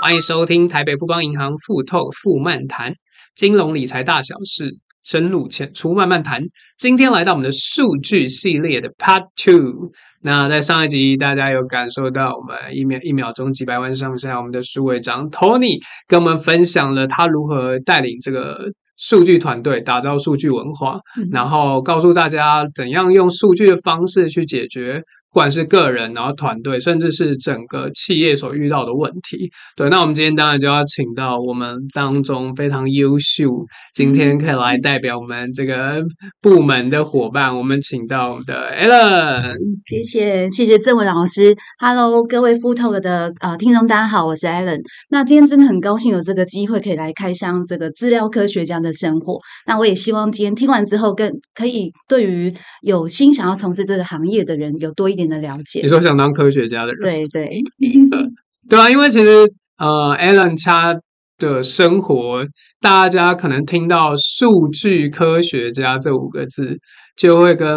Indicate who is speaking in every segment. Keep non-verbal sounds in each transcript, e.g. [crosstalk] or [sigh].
Speaker 1: 欢迎收听台北富邦银行富透富漫谈金融理财大小事，深入浅出慢慢谈。今天来到我们的数据系列的 Part Two。那在上一集，大家有感受到我们一秒一秒钟几百万上下，我们的数位长 Tony 跟我们分享了他如何带领这个数据团队打造数据文化，然后告诉大家怎样用数据的方式去解决，不管是个人，然后团队，甚至是整个企业所遇到的问题。对，那我们今天当然就要请到我们当中非常优秀，今天可以来代表我们这个部门的伙伴，我们请到我们的 Alan。
Speaker 2: 嗯谢谢谢谢郑伟老师，Hello，各位 f o o t 的呃听众，大家好，我是 Allen。那今天真的很高兴有这个机会可以来开箱这个资料科学家的生活。那我也希望今天听完之后更，可以对于有心想要从事这个行业的人有多一点的了
Speaker 1: 你
Speaker 2: 解。
Speaker 1: 说想当科学家的人，
Speaker 2: 对对，
Speaker 1: 对啊，因为其实呃，Alan 他的生活，大家可能听到“数据科学家”这五个字，就会跟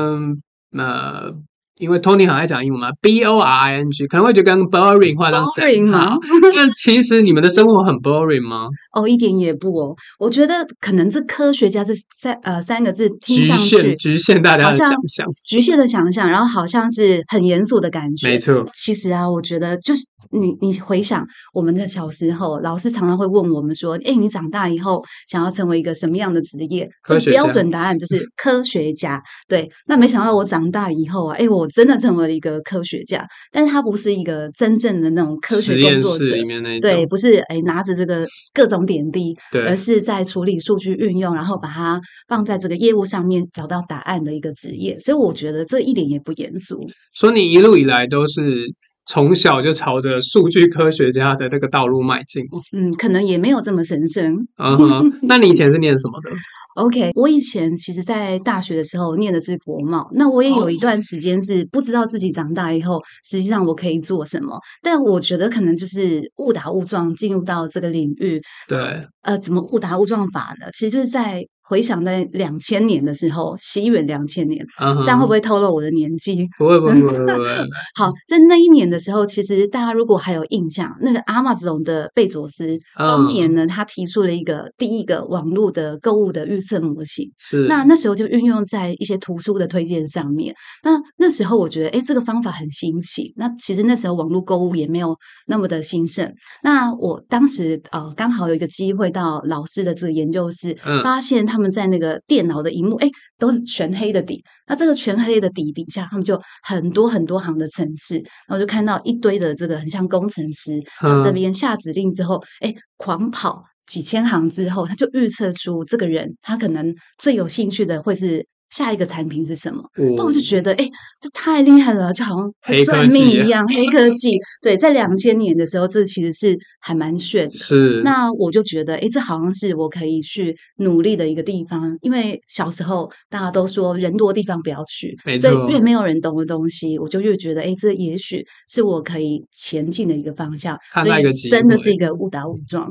Speaker 1: 呃，因为 Tony 很爱讲英文嘛，B O R I N G，可能会觉得跟 boring 画上等
Speaker 2: Boring 吗
Speaker 1: 号但其实你们的生活很 boring 吗？
Speaker 2: 哦，一点也不哦。我觉得可能这科学家这三呃三个字听
Speaker 1: 局
Speaker 2: 上
Speaker 1: 限
Speaker 2: 去
Speaker 1: 局限大家
Speaker 2: 好
Speaker 1: 的想
Speaker 2: 像
Speaker 1: 象，
Speaker 2: 局限的想象，然后好像是很严肃的感觉。
Speaker 1: 没错，
Speaker 2: 其实啊，我觉得就是你你回想我们的小时候，老师常常会问我们说：“哎，你长大以后想要成为一个什么样的职业？”
Speaker 1: 科
Speaker 2: 这
Speaker 1: 学
Speaker 2: 标
Speaker 1: 家
Speaker 2: 准答案就是
Speaker 1: [laughs]
Speaker 2: 科学家。对，那没想到我长大以后啊，哎，我真的成为了一个科学家，但是他不是一个真正的那种科
Speaker 1: 实
Speaker 2: 学工
Speaker 1: 验
Speaker 2: 作者
Speaker 1: 室。里面那一
Speaker 2: 对，
Speaker 1: 种，
Speaker 2: 不是哎，拿着这个各种点滴，而
Speaker 1: 对，
Speaker 2: 是在处理数据运用，然后把它放在这个业务上面找到答案的一个职业。所以我觉得这一点也不严肃。
Speaker 1: 所以你一路以来都是从小就朝着数据科学家的这个道路迈进哦。
Speaker 2: 嗯，可能也没有这么神圣。
Speaker 1: 嗯
Speaker 2: [laughs]
Speaker 1: 哼，那你以前是念什么的？
Speaker 2: OK，我以前其实，在大学的时候念的是国贸，那我也有一
Speaker 1: 哦
Speaker 2: 段时间是不知道自己长大以后，实际上我可以做什么。但我觉得可能就是误打误撞进入到这个领域。
Speaker 1: 对，
Speaker 2: 呃，怎么误打误撞法呢？其实就是在回想在两千年的时候，西元两千年，
Speaker 1: 嗯哼，
Speaker 2: 这样会不会透露我的年纪？
Speaker 1: 不会？不会不会不会不
Speaker 2: [laughs]
Speaker 1: 会，
Speaker 2: 好，在那一年的时候，其实大家如果还有印象，那个阿玛总的贝佐斯当
Speaker 1: 嗯
Speaker 2: 年呢，他提出了一个第一个网络的购物的预测模型。
Speaker 1: 是嗯
Speaker 2: 那那时候就运用在一些图书的推荐上面。那那时候我觉得，哎，这个方法很新奇。那其实那时候网络购物也没有那么的兴盛。那我当时呃刚好有一个机会到老师的这个研究室，
Speaker 1: 嗯
Speaker 2: 发现他们在那个电脑的荧幕，哎，都是全黑的底。那这个全黑的底底下，他们就很多很多行的程式，然后就看到一堆的这个很像工程师，
Speaker 1: 嗯
Speaker 2: 这边下指令之后，哎，狂跑几千行之后，他就预测出这个人他可能最有兴趣的会是下一个产品是什么。那我就觉得，哎、这太厉害了，就好像
Speaker 1: 黑科
Speaker 2: 算命
Speaker 1: 技
Speaker 2: 一样，
Speaker 1: [laughs]
Speaker 2: 黑科技。对，在两千年的时候，这其实是还蛮炫的。
Speaker 1: 是
Speaker 2: 那我就觉得，哎，这好像是我可以去努力的一个地方，因为小时候大家都说人多地方不要去，
Speaker 1: 没
Speaker 2: 所
Speaker 1: 错
Speaker 2: 以越没有人懂的东西，我就越觉得，哎，这也许是我可以前进的一个方向。
Speaker 1: 看
Speaker 2: 所
Speaker 1: 到一
Speaker 2: 以
Speaker 1: 个机
Speaker 2: 真的
Speaker 1: 会
Speaker 2: 是一个误打误撞。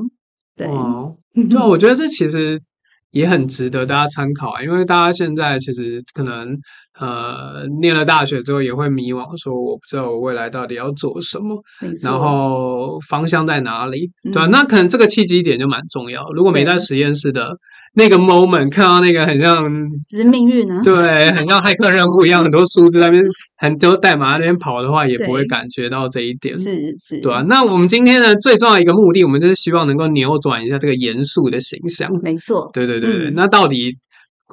Speaker 2: 对， [laughs] 嗯
Speaker 1: 哦，对啊，我觉得这其实也很值得大家参考啊，因为大家现在其实可能呃念了大学之后也会迷惘，说我不知道我未来到底要做什么，
Speaker 2: 没错。
Speaker 1: 然后方向在哪里，对啊，
Speaker 2: 嗯
Speaker 1: 那可能这个契机点就蛮重要。如果没
Speaker 2: 对
Speaker 1: 在实验室的那个 moment 看到那个很像
Speaker 2: 只是命运 [laughs] 呢？
Speaker 1: 对，很像骇客任务一样，很多数字在那边，很多代码在那边跑的话，也不会
Speaker 2: 对
Speaker 1: 感觉到这一点。
Speaker 2: 是是，
Speaker 1: 对啊，那我们今天呢，最重要的一个目的，我们就是希望能够扭转一下这个严肃的形象。
Speaker 2: 嗯没错。
Speaker 1: 对对对对，
Speaker 2: 嗯
Speaker 1: 那到底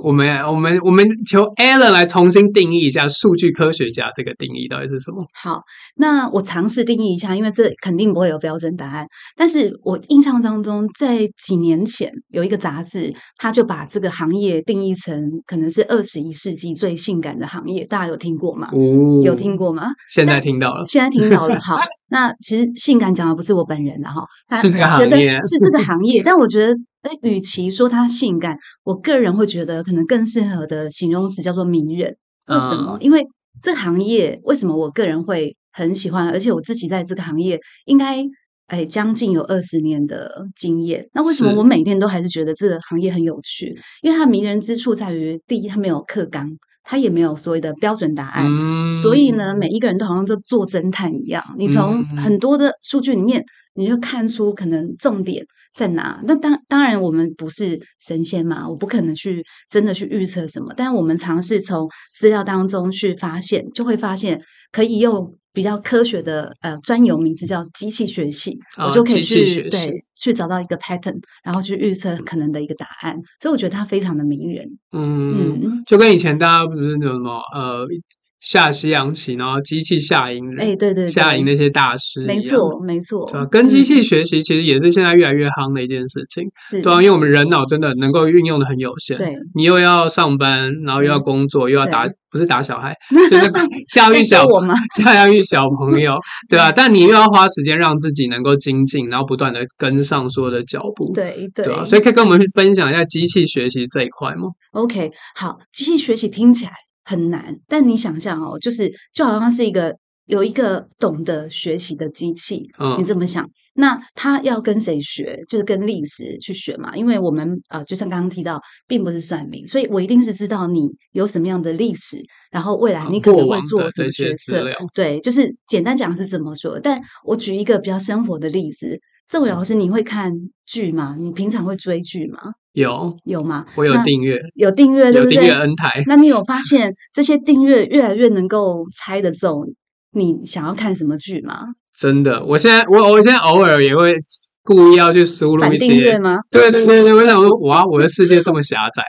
Speaker 1: 我们我们我们求 Alan 来重新定义一下数据科学家这个定义到底是什么？
Speaker 2: 好，那我尝试定义一下，因为这肯定不会有标准答案。但是我印象当中，在几年前有一个杂志，它就把这个行业定义成可能是二十一世纪最性感的行业，大家有听过吗？
Speaker 1: 哦，
Speaker 2: 啊有听，过吗？
Speaker 1: 现在
Speaker 2: 但
Speaker 1: 听到了，
Speaker 2: 现在听到
Speaker 1: [laughs]
Speaker 2: 了哈。那其实性感讲的不是我本人了哈，它
Speaker 1: 是这个
Speaker 2: 我觉
Speaker 1: 行
Speaker 2: 得
Speaker 1: 业
Speaker 2: 是这个行
Speaker 1: [laughs]
Speaker 2: 业。但我觉得，呃与其说它性感，我个人会觉得可能更适合的形容词叫做迷人。
Speaker 1: 嗯
Speaker 2: 为什么？因为这行业为什么我个人会很喜欢，而且我自己在这个行业应该哎将近有二十年的经验。那为什么
Speaker 1: 是
Speaker 2: 我每天都还是觉得这个行业很有趣？因为它迷人之处在于，第一，它没有课纲，它也没有所谓的标准答案。
Speaker 1: 嗯，
Speaker 2: 所以呢，每一个人都好像在做侦探一样，你从
Speaker 1: 嗯
Speaker 2: 很多的数据里面你就看出可能重点在哪。那当当然，我们不是神仙嘛，我不可能去真的去预测什么，但我们尝试从资料当中去发现，就会发现可以用比较科学的呃专有名词叫机器学习，
Speaker 1: 啊
Speaker 2: 我就可以
Speaker 1: 机器
Speaker 2: 去
Speaker 1: 学习
Speaker 2: 对去找到一个 pattern，然后去预测可能的一个答案。所以我觉得它非常的迷人。
Speaker 1: 嗯，
Speaker 2: 嗯，
Speaker 1: 就跟以前大家不是那种什么呃下西洋棋，然后机器下赢人
Speaker 2: 哎、对对对，
Speaker 1: 下赢那些大师一样，
Speaker 2: 没错没错
Speaker 1: 对啊，，跟机
Speaker 2: 嗯
Speaker 1: 器学习其实也是现在越来越夯的一件事情。
Speaker 2: 是
Speaker 1: 对啊，因为我们人脑真的能够运用的很有限。
Speaker 2: 对， [laughs]
Speaker 1: 你又要上班，然后又要
Speaker 2: 嗯
Speaker 1: 工作，又要打
Speaker 2: 对，
Speaker 1: 不是打小孩，就是教育
Speaker 2: 在
Speaker 1: 小
Speaker 2: 说我吗？
Speaker 1: 教育小朋
Speaker 2: [laughs]
Speaker 1: 友，对啊，但你又要花时间让自己能够精进，然后不断的跟上所有的脚步，
Speaker 2: 对对嗯
Speaker 1: 对啊，所以可以跟我们去分享一下机器学习这一块吗？
Speaker 2: OK，好，机器学习听起来很难，但你想象哦，就是就好像是一个有一个懂得学习的机器，你
Speaker 1: 嗯
Speaker 2: 这么想，那它要跟谁学？就是跟历史去学嘛，因为我们呃，就像刚刚提到，并不是算命，所以我一定是知道你有什么样的历史，然后未来
Speaker 1: 啊
Speaker 2: 你可
Speaker 1: 过
Speaker 2: 能会
Speaker 1: 往的
Speaker 2: 做什
Speaker 1: 这
Speaker 2: 么
Speaker 1: 些
Speaker 2: 角
Speaker 1: 资
Speaker 2: 色
Speaker 1: 料，
Speaker 2: 对，就是简单讲是怎么说，但我举一个比较生活的例子，这位老师你会看剧吗？你平常会追剧吗？
Speaker 1: 有
Speaker 2: 有吗？
Speaker 1: 我有
Speaker 2: 那
Speaker 1: 订阅，
Speaker 2: 有订阅，对
Speaker 1: 有
Speaker 2: 不
Speaker 1: 订
Speaker 2: 对
Speaker 1: 阅？N 台，
Speaker 2: 那你有发现这些订阅越来越能够猜得中你想要看什么剧吗？
Speaker 1: 真的，我现在我我现在偶尔也会故意要去输入
Speaker 2: 反
Speaker 1: 一
Speaker 2: 订阅
Speaker 1: 些，
Speaker 2: 吗
Speaker 1: 对对对对，我想说哇，我的世界这么狭窄，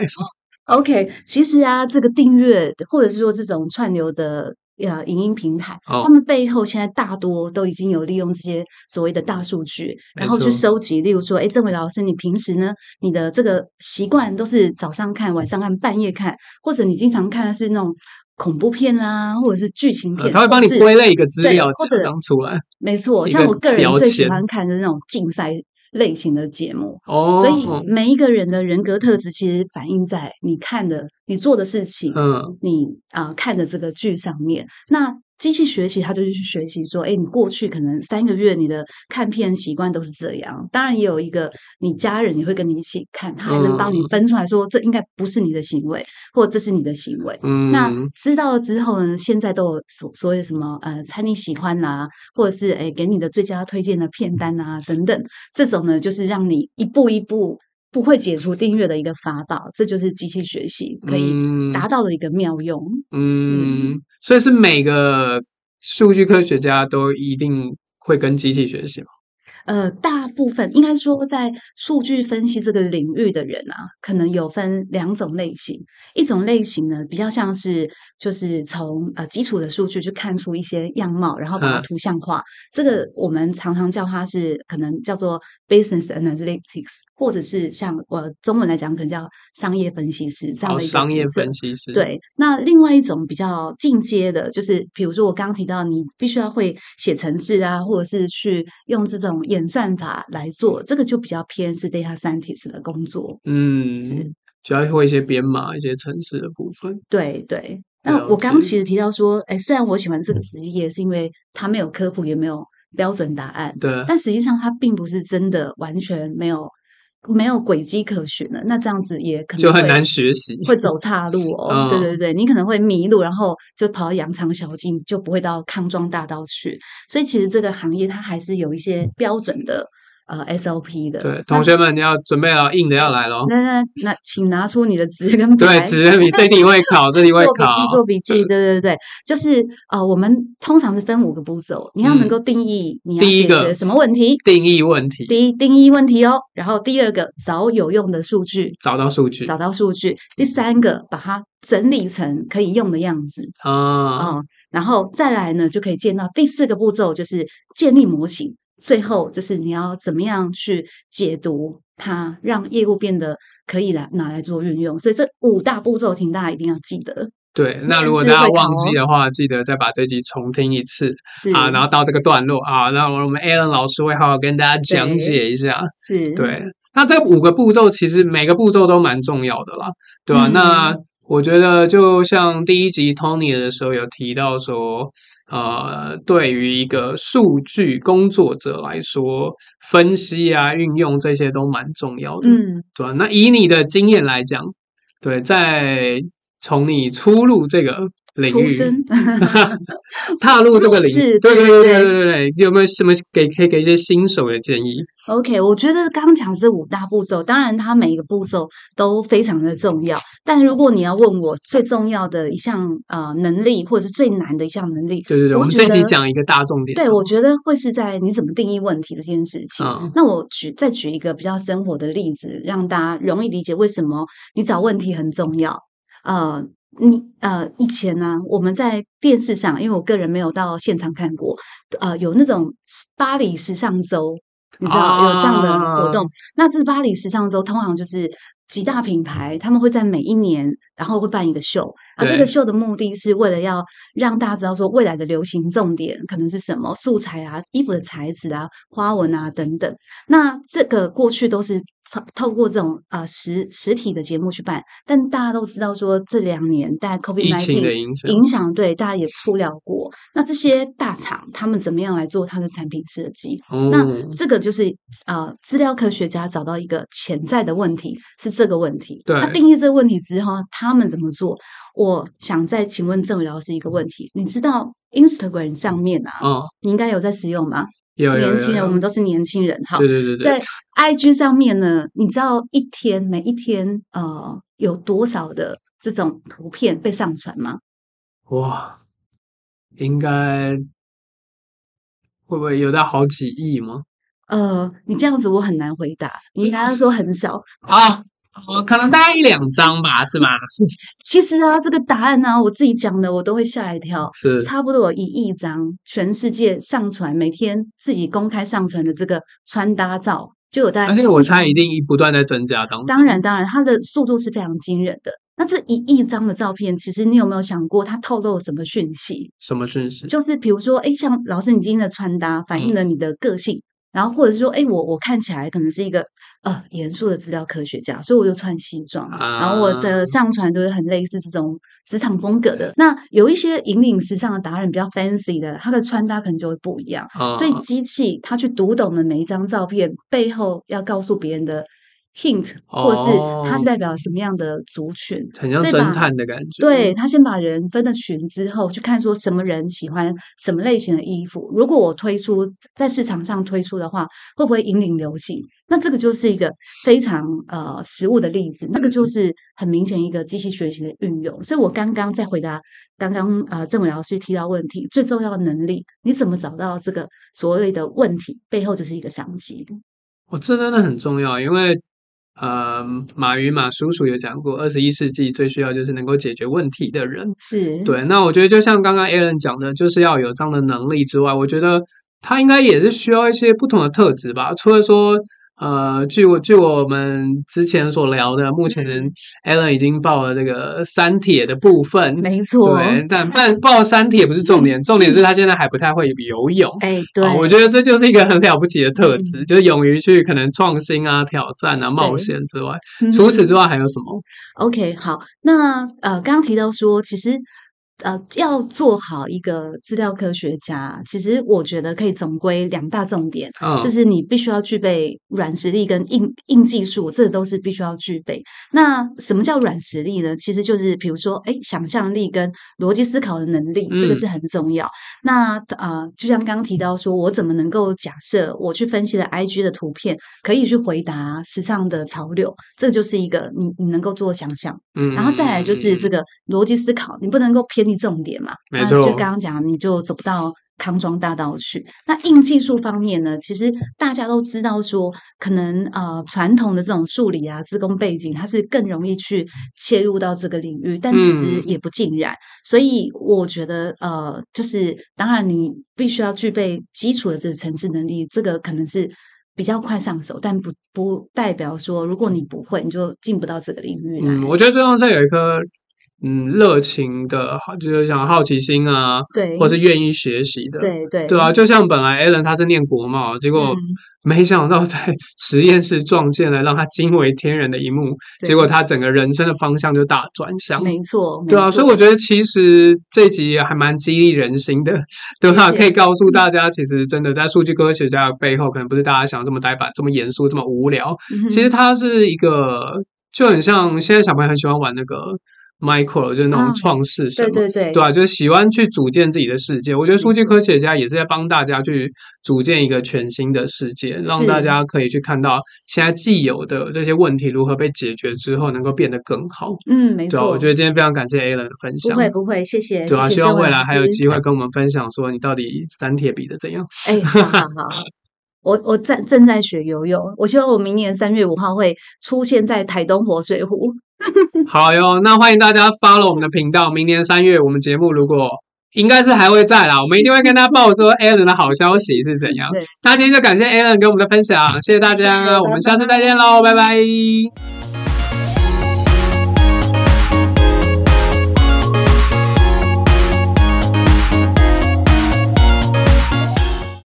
Speaker 2: ？OK，其实啊，这个订阅或者是说这种串流的。呃，影音平台，
Speaker 1: 哦
Speaker 2: 他们背后现在大多都已经有利用这些所谓的大数据，
Speaker 1: 没
Speaker 2: 然后
Speaker 1: 错
Speaker 2: 去收集，例如说，哎，郑伟老师，你平时呢，你的这个习惯都是早上看、晚上看、半夜看，或者你经常看的是那种恐怖片啊，或者是剧情
Speaker 1: 呃
Speaker 2: 片，
Speaker 1: 他会
Speaker 2: 或
Speaker 1: 帮你
Speaker 2: 是
Speaker 1: 归类一个资
Speaker 2: 对
Speaker 1: 料
Speaker 2: 或者
Speaker 1: 夹当出来，
Speaker 2: 没错，
Speaker 1: 一
Speaker 2: 像
Speaker 1: 个
Speaker 2: 我个人
Speaker 1: 标
Speaker 2: 最喜
Speaker 1: 签
Speaker 2: 欢看的是那种竞赛类型的节目，
Speaker 1: 哦，
Speaker 2: 所以每一个人的人格特质其实反映在你看的、你做的事情、
Speaker 1: 嗯，
Speaker 2: 你啊、看的这个剧上面。那机器学习，它就是去学习说，哎，你过去可能三个月你的看片习惯都是这样，当然也有一个你家人也会跟你一起看，他还能帮你
Speaker 1: 嗯
Speaker 2: 分出来说，这应该不是你的行为，或这是你的行为。
Speaker 1: 嗯
Speaker 2: 那知道了之后呢，现在都有所所谓什么呃，猜你喜欢啦、或者是诶给你的最佳推荐的片单啊等等，这种呢就是让你一步一步不会解除订阅的一个法宝，这就是机器学习可以
Speaker 1: 嗯
Speaker 2: 达到的一个妙用。
Speaker 1: 嗯，所以是每个数据科学家都一定会跟机器学习嘛？
Speaker 2: 呃，大部分应该说在数据分析这个领域的人啊，可能有分两种类型。一种类型呢，比较像是就是从呃基础的数据去看出一些样貌，然后把它
Speaker 1: 嗯
Speaker 2: 图像化。这个我们常常叫它是可能叫做 business analytics，或者是像我、呃中文来讲，可能叫商业分析师这
Speaker 1: 然
Speaker 2: 样
Speaker 1: 后
Speaker 2: 的一
Speaker 1: 哦
Speaker 2: 个
Speaker 1: 商
Speaker 2: 职
Speaker 1: 业
Speaker 2: 责
Speaker 1: 分析师，，
Speaker 2: 对，那另外一种比较进阶的，就是比如说我刚刚提到，你必须要会写程式啊，或者是去用这种演算法来做，这个就比较偏是 data scientist 的工作。是
Speaker 1: 嗯，主要会一些编码、一些程式的部分。
Speaker 2: 对对。那
Speaker 1: 了
Speaker 2: 我刚刚
Speaker 1: 解嗯
Speaker 2: 其实提到说，哎，虽然我喜欢这个职业，是因为它没有科普，也没有标准答案，
Speaker 1: [laughs] 对，
Speaker 2: 但实际上它并不是真的完全没有没有轨迹可循的。那这样子也可能
Speaker 1: 就很
Speaker 2: 会
Speaker 1: 难学习。
Speaker 2: 会走岔路哦。
Speaker 1: [laughs]
Speaker 2: 对
Speaker 1: 嗯
Speaker 2: 对对，你可能会迷路，然后就跑到羊肠小径，就不会到康庄大道去。所以其实这个行业它还是有一些标准的呃 SOP 的。
Speaker 1: 对，
Speaker 2: 那
Speaker 1: 同学们你要准备了，硬的要来喽。
Speaker 2: 那那那，请拿出你的纸跟笔
Speaker 1: 对，
Speaker 2: 来。
Speaker 1: 纸的笔，这题会考，这题会
Speaker 2: 做笔
Speaker 1: 考。
Speaker 2: 记，做笔记，对对对，就是呃，我们通常是分五个步骤，你要能够定义你
Speaker 1: 嗯
Speaker 2: 要
Speaker 1: 第一
Speaker 2: 解
Speaker 1: 个
Speaker 2: 决什么问题，
Speaker 1: 定义问题，
Speaker 2: 第一定义问题哦，然后第二个找有用的数据，
Speaker 1: 找到数据
Speaker 2: 找到数据，第三个把它整理成可以用的样子，
Speaker 1: 啊，
Speaker 2: 哦，然后再来呢，就可以见到第四个步骤，就是建立模型。最后就是你要怎么样去解读它，让业务变得可以来拿来做运用。所以这五大步骤，请大家一定要记得。
Speaker 1: 对。那
Speaker 2: 面
Speaker 1: 如果
Speaker 2: 试
Speaker 1: 大家
Speaker 2: 会考
Speaker 1: 忘记
Speaker 2: 哦
Speaker 1: 的话，记得再把这集重听一次。
Speaker 2: 是
Speaker 1: 啊，然后到这个段落啊，那我们 Alan 老师会好好跟大家讲解一下。
Speaker 2: 是，
Speaker 1: 对，那这五个步骤其实每个步骤都蛮重要的啦，对吧、
Speaker 2: 嗯
Speaker 1: 那我觉得就像第一集 Tony 的时候有提到说，呃，对于一个数据工作者来说，分析啊、运用这些都蛮重要的，
Speaker 2: 嗯
Speaker 1: 对吧、那以你的经验来讲，对，在从你出入这个领
Speaker 2: 出
Speaker 1: 域，
Speaker 2: 生
Speaker 1: 踏入这个领域，
Speaker 2: 是
Speaker 1: 对对
Speaker 2: 对
Speaker 1: 对
Speaker 2: 对
Speaker 1: 对对，有没有什么给可以给一些新手的建议？
Speaker 2: OK，我觉得刚刚讲这五大步骤，当然它每一个步骤都非常的重要。但如果你要问我最重要的一项呃能力，或者是最难的一项能力，
Speaker 1: 对对对，
Speaker 2: 我
Speaker 1: 我们
Speaker 2: 觉
Speaker 1: 这一集
Speaker 2: 得
Speaker 1: 讲一个大重点。啊
Speaker 2: 对我觉得会是在你怎么定义问题这件事情。
Speaker 1: 嗯
Speaker 2: 那我举再举一个比较生活的例子，让大家容易理解为什么你找问题很重要。呃，你呃以前呢、我们在电视上，因为我个人没有到现场看过，呃，有那种时巴黎时尚周，你知道、有这样的
Speaker 1: 啊
Speaker 2: 活动。那这巴黎时尚周通常就是。几大品牌他们会在每一年，然后会办一个秀，而这个
Speaker 1: 对
Speaker 2: 秀的目的是为了要让大家知道说未来的流行重点可能是什么素材啊、衣服的材质啊、花纹啊等等。那这个过去都是透透过这种呃实实体的节目去办，但大家都知道说这两年大家 COVID
Speaker 1: 疫
Speaker 2: n
Speaker 1: 情的
Speaker 2: i
Speaker 1: 影响，
Speaker 2: 影响对大家也触料过。那这些大厂他们怎么样来做它的产品设计？那
Speaker 1: 哦，
Speaker 2: 这个就是呃，资料科学家找到一个潜在的问题是这个问题。那
Speaker 1: 对
Speaker 2: 定义这个问题之后，他们怎么做？我想再请问郑伟老师一个问题：你知道 Instagram 上面啊，
Speaker 1: 哦，
Speaker 2: 你应该有在使用吗？
Speaker 1: 有有有
Speaker 2: 年轻人，
Speaker 1: 有
Speaker 2: 我们都是年轻人哈。
Speaker 1: 对对对对
Speaker 2: 在，IG 上面呢，你知道一天每一天呃有多少的这种图片被上传吗？
Speaker 1: 哇，应该会不会有到好几亿吗？
Speaker 2: 呃，你这样子我很难回答，你应该要说很少，
Speaker 1: 啊，我可能大概一两张吧，是吗？
Speaker 2: 其实啊，这个答案呢、我自己讲的，我都会吓一跳。
Speaker 1: 是
Speaker 2: 差不多有一亿张全世界上传，每天自己公开上传的这个穿搭照，就有大概。
Speaker 1: 而且我猜一定一不断在增加当中。
Speaker 2: 当然，当然，它的速度是非常惊人的。那这一亿张的照片，其实你有没有想过，它透露了什么讯息？
Speaker 1: 什么讯息？
Speaker 2: 就是比如说，哎，像老师你今天的穿搭反映了你的个性，然后或者是说，哎，我我看起来可能是一个呃严肃的资料科学家，所以我就穿西装，然后我的上传都是很类似这种职场风格的。那有一些引领时尚的达人比较 fancy 的，他的穿搭可能就会不一样。
Speaker 1: 啊，
Speaker 2: 所以机器它去读懂了每一张照片背后要告诉别人的 hint，或者是
Speaker 1: 哦
Speaker 2: 它是代表什么样的族群，
Speaker 1: 很像
Speaker 2: 所以把
Speaker 1: 侦探的感觉。
Speaker 2: 对，他先把人分了群之后，去看说什么人喜欢什么类型的衣服。如果我推出在市场上推出的话，会不会引领流行？那这个就是一个非常呃实物的例子，那个就是很明显一个机器学习的运用。所以我刚刚在回答刚刚呃郑伟老师提到问题，最重要的能力，你怎么找到这个所谓的问题背后就是一个商机？
Speaker 1: 哦，这真的很重要，因为呃，马云马叔叔有讲过，二十一世纪最需要就是能够解决问题的人。
Speaker 2: 是，
Speaker 1: 对，那我觉得就像刚刚 Alan 讲的，就是要有这样的能力之外，我觉得他应该也是需要一些不同的特质吧。除了说，呃，据我据我们之前所聊的，目前
Speaker 2: 嗯
Speaker 1: Alan 已经报了这个三铁的部分，
Speaker 2: 没错，
Speaker 1: 对，但但报三铁不是重点，重点是他现在还不太会游泳。
Speaker 2: 哎，
Speaker 1: 啊
Speaker 2: 对，嗯
Speaker 1: 我觉得这就是一个很了不起的特质，就是勇于去可能创新啊、挑战啊、冒
Speaker 2: 对
Speaker 1: 险之外，除此
Speaker 2: 嗯
Speaker 1: 之外还有什么？
Speaker 2: OK，好，那呃，刚刚提到说，其实呃，要做好一个资料科学家，其实我觉得可以总归两大重点，
Speaker 1: 嗯，
Speaker 2: 就是你必须要具备软实力跟硬硬技术，这都是必须要具备。那什么叫软实力呢？其实就是比如说，哎，想象力跟逻辑思考的能力，这个
Speaker 1: 嗯
Speaker 2: 是很重要。那呃，就像刚刚提到说，我怎么能够假设我去分析了 IG 的图片，可以去回答时尚的潮流，这就是一个你你能够做想象。
Speaker 1: 嗯，
Speaker 2: 然后再来就是这
Speaker 1: 个，
Speaker 2: 个逻辑思考，你不能够偏离重点嘛。
Speaker 1: 嗯没
Speaker 2: 那
Speaker 1: 错
Speaker 2: 就刚刚讲，你就走不到康庄大道去。那硬技术方面呢，其实大家都知道说，可能呃传统的这种数理啊、自工背景，它是更容易去切入到这个领域，但其实
Speaker 1: 嗯
Speaker 2: 也不尽然。所以我觉得呃，就是当然你必须要具备基础的这个城市能力，这个可能是。比较快上手，但不不代表说，如果你不会，你就进不到这个领域来。
Speaker 1: 嗯，我觉得最重要是有一颗嗯热情的，好就是想好奇心啊，
Speaker 2: 对，
Speaker 1: 或是愿意学习的，
Speaker 2: 对对
Speaker 1: 对啊，，就像本来 Alan 他是念国贸，结果
Speaker 2: 嗯
Speaker 1: 没想到在 [laughs] 实验室撞见了让他惊为天人的一幕，
Speaker 2: 对
Speaker 1: 结果他整个人生的方向就大转向。
Speaker 2: 没错，
Speaker 1: 对啊，
Speaker 2: 没
Speaker 1: 所以
Speaker 2: 错
Speaker 1: 我觉得其实这集还蛮激励人心的， [laughs] 对吧、
Speaker 2: 谢谢
Speaker 1: 可以告诉大家，其实真的在数据科学家的背后，可能不是大家想这么呆板、这么严肃、这么无聊。
Speaker 2: 嗯哼
Speaker 1: 其实它是一个，就很像现在小朋友很喜欢玩那个 micro，就是那
Speaker 2: 啊
Speaker 1: 种创世什
Speaker 2: 对
Speaker 1: 么。
Speaker 2: 对对，
Speaker 1: 对啊，就是喜欢去组建自己的世界。我觉得数据科学家也是在帮大家去组建一个全新的世界，让大家可以去看到现在既有的这些问题如何被解决之后，能够变得更好。
Speaker 2: 嗯，没
Speaker 1: 对啊，
Speaker 2: 错，
Speaker 1: 我觉得今天非常感谢 a l a n 的分
Speaker 2: 不
Speaker 1: 享。
Speaker 2: 会不会，谢谢，
Speaker 1: 对啊，
Speaker 2: 谢谢
Speaker 1: 希望
Speaker 2: 郑文
Speaker 1: 未
Speaker 2: 老
Speaker 1: 来还有
Speaker 2: 师
Speaker 1: 机会跟我们分享说你到底删帖比的怎
Speaker 2: [laughs]
Speaker 1: 样。
Speaker 2: 哎，好好好，我我在正在学游泳，我希望我明年三月五号会出现在台东活水湖。
Speaker 1: 好哟，那欢迎大家 follow 我们的频道。明年三月我们节目如果应该是还会在啦，我们一定会跟大家报
Speaker 2: [laughs]
Speaker 1: 说 Alan 的好消息是怎样
Speaker 2: 对。
Speaker 1: 那今天就感谢 Alan 跟我们的分享，谢谢大家，
Speaker 2: 谢谢
Speaker 1: 我们下次再见喽，拜拜